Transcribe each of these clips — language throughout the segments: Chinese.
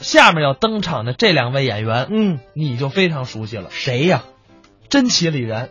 下面要登场的这两位演员，嗯，你就非常熟悉了，谁呀？真奇李然，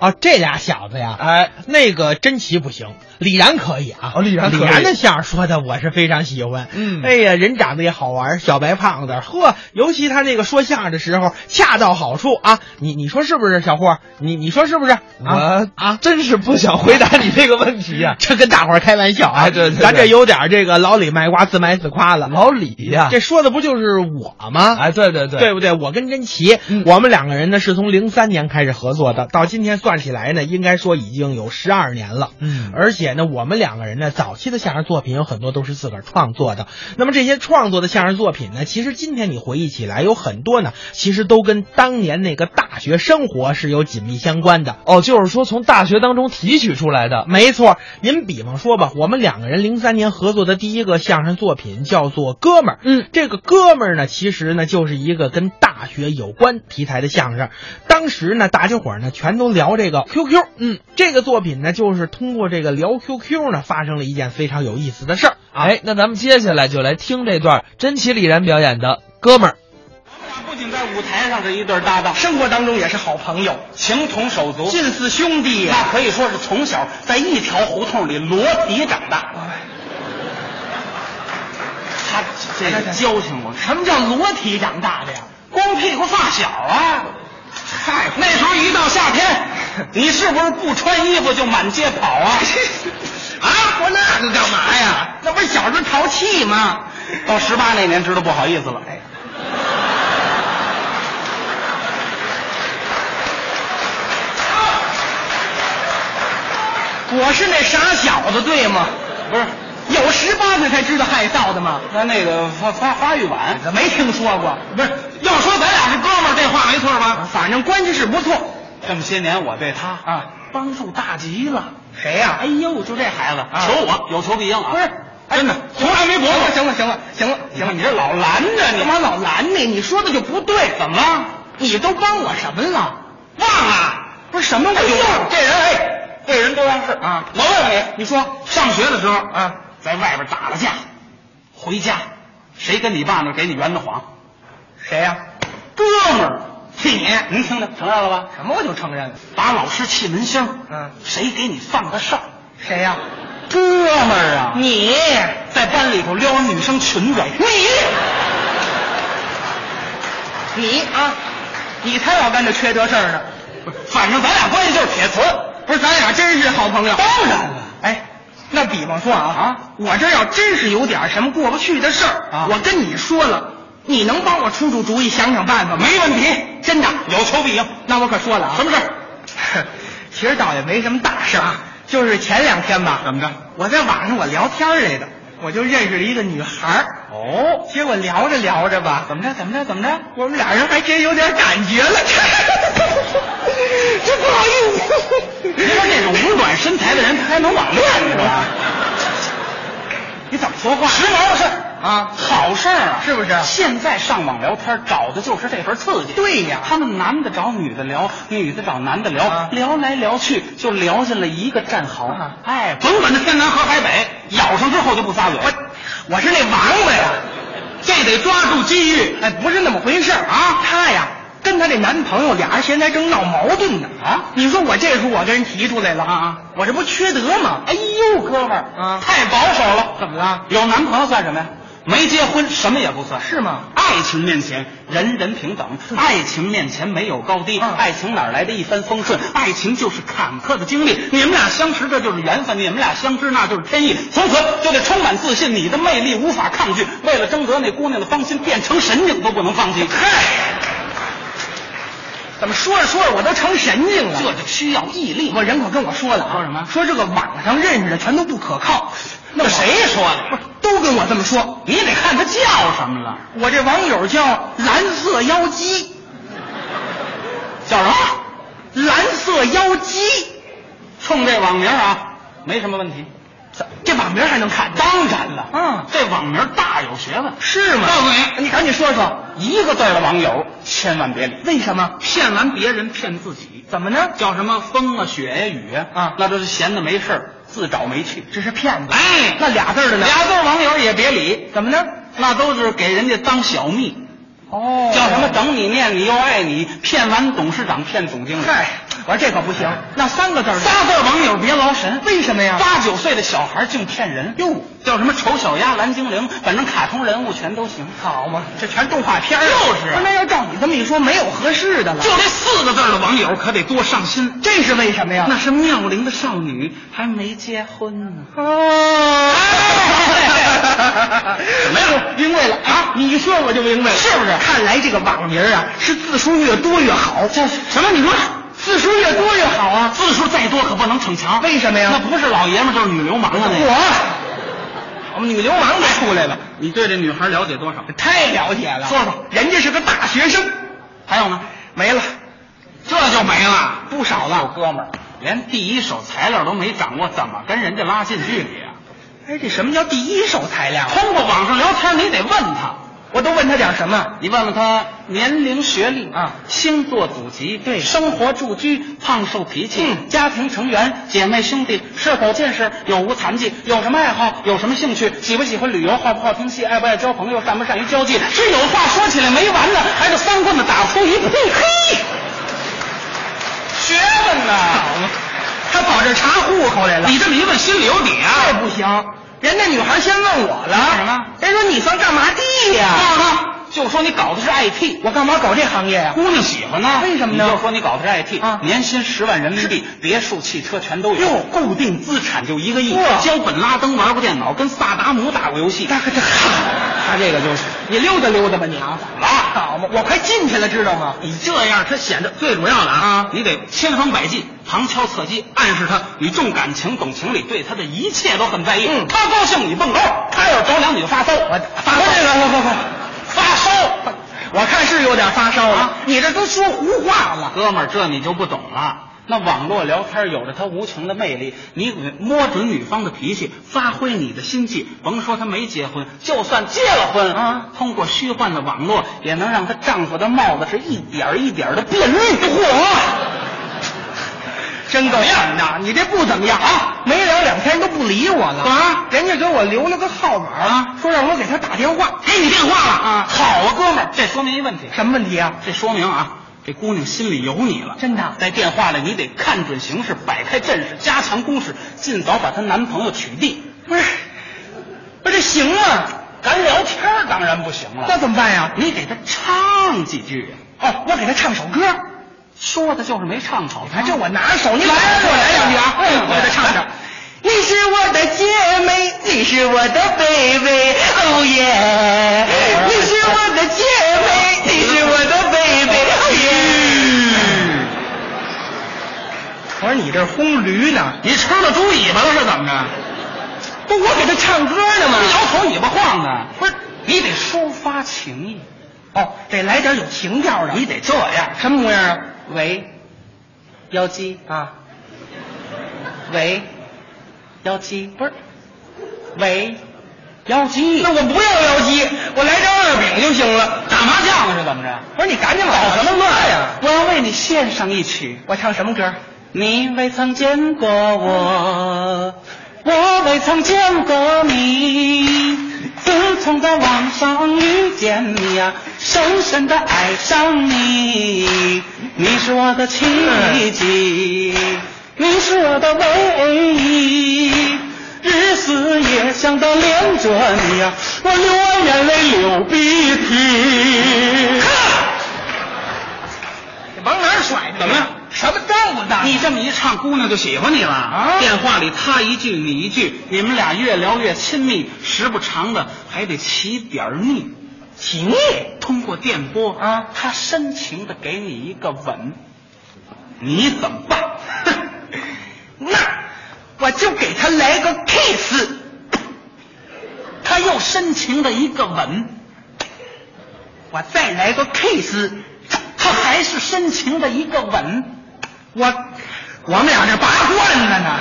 啊，这俩小子呀，哎，那个真奇不行，李然可以啊。哦李然可以李然的相声说的我是非常喜欢。嗯哎呀，人长得也好玩，小白胖子，呵，尤其他那个说相声的时候恰到好处啊。你你说是不是，小霍？你你说是不是？啊，我啊，真是不想回答你这个问题呀、 这跟大伙儿开玩笑啊。哎对对对咱这有点这个老李卖瓜自卖自夸了。老李呀、这说的不就是我啊吗？哎，对对对，对不对？我跟甄奇，嗯我们两个人呢是从零三年开始合作的，到今天算起来呢，应该说已经有十二年了。嗯而且呢，我们两个人呢，早期的相声作品有很多都是自个儿创作的。那么这些创作的相声作品呢，其实今天你回忆起来，有很多呢，其实都跟当年那个大学生活是有紧密相关的。哦，就是说从大学当中提取出来的，没错，您比方说吧，我们两个人零三年合作的第一个相声作品叫做《哥们儿》。嗯，这个哥们儿呢，其实呢就是一个跟大学有关题材的相声。当时呢，大家伙儿呢全都聊这个 QQ。嗯，这个作品呢，就是通过这个聊 QQ 呢，发生了一件非常有意思的事儿啊。哎，那咱们接下来就来听这段真奇李然表演的《哥们儿》。我们俩不仅在舞台上是一对搭档，生活当中也是好朋友，情同手足，近似兄弟呀、那可以说是从小在一条胡同里裸体长大。哎他这个交情我，什么叫裸体长大的呀？光屁股发小啊！嗨，那时候一到夏天， 你是不是不穿衣服就满街跑啊？ 啊，我那个干嘛呀？那不是小时候淘气吗？到十八那年，知道不好意思了。哎。我是那傻小子，对吗？不是，有十八岁才知道害臊的吗？他那个发发发育晚，没听说过，不是，要说咱俩是哥们儿，这话没错吧？反正关系是不错。这么些年我对他啊帮助大极了。谁呀、哎呦，就这孩子，啊求我有求必应啊！不是哎真的，从来没驳过。行了行了行了行了，你这老拦着你，干嘛老拦你？你说的就不对，怎么了？你都帮我什么了？忘了？不是什么我就忘。这人哎，这人多大事啊我问问你，你说上学的时候啊，在外边打了架，回家谁跟你爸那儿给你圆的谎？谁呀、哥们儿，是你，您听着，承认了吧？什么我就承认了。把老师气门芯儿嗯谁给你放的哨？谁呀、哥们儿啊你在班里头撩人女生裙子，你你啊，你才老干这缺德事儿呢。反正咱俩关系就是铁磁。不是，咱俩真是好朋友。当然了哎，那比方说啊啊，我这要真是有点什么过不去的事儿啊我跟你说了，你能帮我出出主意，想想办法吗？没问题，真的。有求必应。那我可说了啊，什么事儿？ 其实倒也没什么大事啊，就是前两天吧。怎么着我在网上我聊天儿来的，我就认识了一个女孩儿。哦，结果聊着聊着吧，怎么着？怎么着？怎么着？我们俩人还真有点感觉 了。这不好意思。您说这种五短身材的人，他还能网恋是吧？你怎么说话？时髦的事儿啊好事儿啊，是不是现在上网聊天找的就是这份刺激。对呀他们男的找女的聊，女的找男的聊，啊聊来聊去就聊进了一个战壕。啊哎，甭管他天南和海北，咬上之后就不撒嘴。我我是那王八呀， 这得抓住机遇。哎，不是那么回事儿啊。她呀，跟她这男朋友俩人现在正闹矛盾呢啊你说我这时候我跟人提出来了啊，我这不缺德吗？哎呦，哥们儿啊太保守了。怎么了有男朋友算什么呀？没结婚什么也不算，是吗？爱情面前人人平等，爱情面前没有高低，嗯爱情哪来的一帆风顺？爱情就是坎坷的经历。你们俩相识，这就是缘分；你们俩相知，那就是天意。从此就得充满自信，你的魅力无法抗拒。为了争得那姑娘的芳心，变成神经都不能放弃。嗨，怎么说着说着我都成神经了？这就需要毅力。我人口跟我说了啊，说什么说这个网上认识的全都不可靠。那我这谁说的不是都跟我这么说。你得看他叫什么了，我这网友叫蓝色妖姬，叫什么？蓝色妖姬，冲这网名啊，没什么问题。怎这网名还能看见？当然了，嗯这网名大有学问，是吗？哎告诉你你赶紧说说，一个字儿的网友千万别理，为什么？骗完别人骗自己，怎么呢？叫什么风啊、雪呀、雨啊，啊那都是闲的没事儿自找没趣。这是骗子。哎那俩字儿的呢？俩字儿网友也别理，怎么呢？那都是给人家当小蜜，哦叫什么？等你念你又爱你，骗完董事长骗总经理。嗨，我说这可不行，那三个字儿呢仨字儿网友别劳神，为什么呀八九岁的小孩净骗人，哟，叫什么丑小鸭、蓝精灵，反正卡通人物全都行。好嘛，这全动画片就是啊啊不是那要照你这么一说，没有合适的了就。这四个字儿的网友可得多上心。这是为什么呀？那是妙龄的少女，还没结婚呢。 哦怎么样？明白了啊！你一说我就明白了，是不是看来这个网名啊，是字数越多越好。这什么？你说字数越多越好啊？字数再多可不能逞强，为什么呀那不是老爷们儿就是女流氓啊！那个我我们女流氓都出来了。你对这女孩了解多少？太了解了。说说人家是个大学生，还有呢？没了，这就没了，不少了。哥们儿，连第一手材料都没掌握，怎么跟人家拉近距离啊？哎，这什么叫第一手材料？啊通过网上聊天，你得问他，我都问他点什么？你问问他年龄、学历啊星座、祖籍，对生活、住居、胖瘦、脾气，嗯家庭成员、姐妹兄弟是否近视，有无残疾，有什么爱好，有什么兴趣，喜不喜欢旅游，好不好听戏，爱不爱交朋友，善不善于交际，是有话说起来没完呢，还是三棍子打不出一屁？嘿，学问呐、他跑这查户口来了。你这么一问，心里有底这啊。不行，人那女孩先问我了，干什么啊人说你算干嘛的呀、告诉他，就说你搞的是 IT。我干嘛搞这行业呀、姑娘喜欢呢，为什么呢你就说你搞的是 IT，、啊年薪十万人民币，别墅、汽车全都有，哟固定资产就一个亿哇，胶本拉登玩过电脑，跟萨达姆打过游戏。大哥，这他这个就是你溜达溜达吧你啊，拉好嘛，我快进去了，知道吗？你这样，他显得最主要的啊你得千方百计、旁敲侧击，暗示他你重感情、懂情理，对他的一切都很在意。嗯他高兴你蹦高，他要着凉你就发骚。我发我这个骚，我我发烧。我看是有点发烧了，啊你这都说胡话了。哥们儿，这你就不懂了。那网络聊天有着它无穷的魅力，你摸准女方的脾气，发挥你的心计。甭说她没结婚，就算结了婚啊，通过虚幻的网络，也能让她丈夫的帽子是一点儿一点的变绿。嚯！ 真够样的，你这不怎么样啊！没聊两天都不理我了啊人家给我留了个号码啊说让我给他打电话，给你电话了啊好啊，哥们儿，这说明一问题，什么问题啊？这说明啊，这姑娘心里有你了。真的在电话里你得看准形势，摆开阵势，加强攻势，尽早把她男朋友取缔。不是，不是行啊？咱聊天儿当然不行了，那怎么办呀？你给他唱几句，哦，我给他唱首歌，说的就是没唱好。啊，这我拿手，你来我来两句啊，嗯我给他唱唱来。 你是我的姐妹，你是我的 baby，哦耶！你是我的姐妹，你是我的 baby，哦耶！我说你这轰驴呢？你吃了猪尾巴了是怎么着？不，我给他唱歌呢吗？摇头尾巴晃呢？不是，啊你得抒发情意，哦，得来点有情调的。你得这样。什么模样啊？喂，妖姬，啊，喂，妖姬，不是，喂，妖姬那我不要妖姬，我来张二饼就行了。打麻将了是怎么着？不是你赶紧老什么乐呀？我要为你献上一曲。我唱什么歌？你未曾见过我，我未曾见过你。自从在网上遇见你呀、深深的爱上你。你是我的奇迹，你是我的唯一。日思夜想的恋着你呀、我流完眼泪流鼻涕。你往哪儿甩呢？怎么了什么耽误大？你这么一唱，姑娘就喜欢你了。啊电话里他一句你一句，你们俩越聊越亲密，时不常的还得起点儿腻。起腻？通过电波啊他深情的给你一个吻，你怎么办？ 那我就给他来个 kiss。他又深情的一个吻，我再来个 kiss，他还是深情的一个吻。我我们俩这拔罐子呢。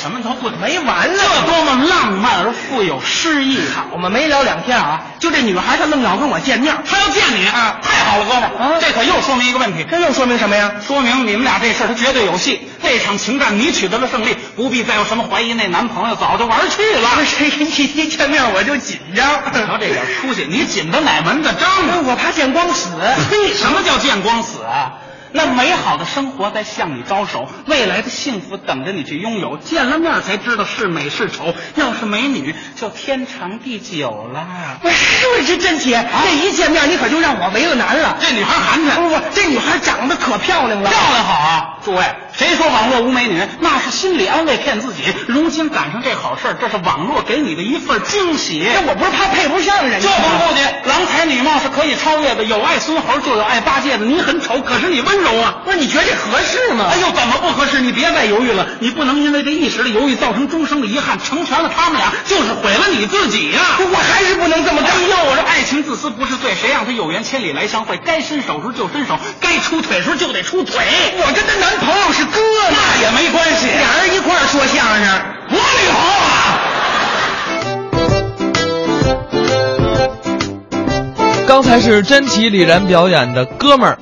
什么都会，没完了。这多么浪漫而富有诗意！啊好嘛，没聊两天啊，就这女孩她愣要跟我见面，她要见你啊，太好了，哥们儿、这可又说明一个问题，这又说明什么呀？说明你们俩这事儿她绝对有戏，这场情战你取得了胜利，不必再有什么怀疑，那男朋友早就玩去了。谁一见面我就紧张，瞧这点出息，你紧的哪门子张啊？我怕见光死。嘿，什么叫见光死啊？那美好的生活在向你招手，未来的幸福等着你去拥有。见了面才知道是美是丑，要是美女就天长地久了。不是，我这哎真姐，这一见面你可就让我为难了。这女孩寒碜，不不，这女孩长得可漂亮了，漂亮好啊！诸位，谁说网络无美女？那是心理安慰骗自己。如今赶上这好事儿，这是网络给你的一份惊喜。那哎我不是怕配不上人家，这不不的，郎才女貌是可以超越的。有爱孙猴，就有爱八戒的。你很丑，可是你温柔啊。不是，你觉得这合适吗？哎呦，怎么不合适？你别再犹豫了，你不能因为这一时的犹豫造成终生的遗憾。成全了他们俩，就是毁了你自己呀、我还是不能这么干。哎呦，我说爱情自私不是罪，谁让他有缘千里来相会？该伸手时候就伸手，该出腿时候就得出腿。我跟她男朋友是哥们，那也没关系，俩人一块儿说相声，我旅游啊。刚才是甄奇、李然表演的《哥们儿》。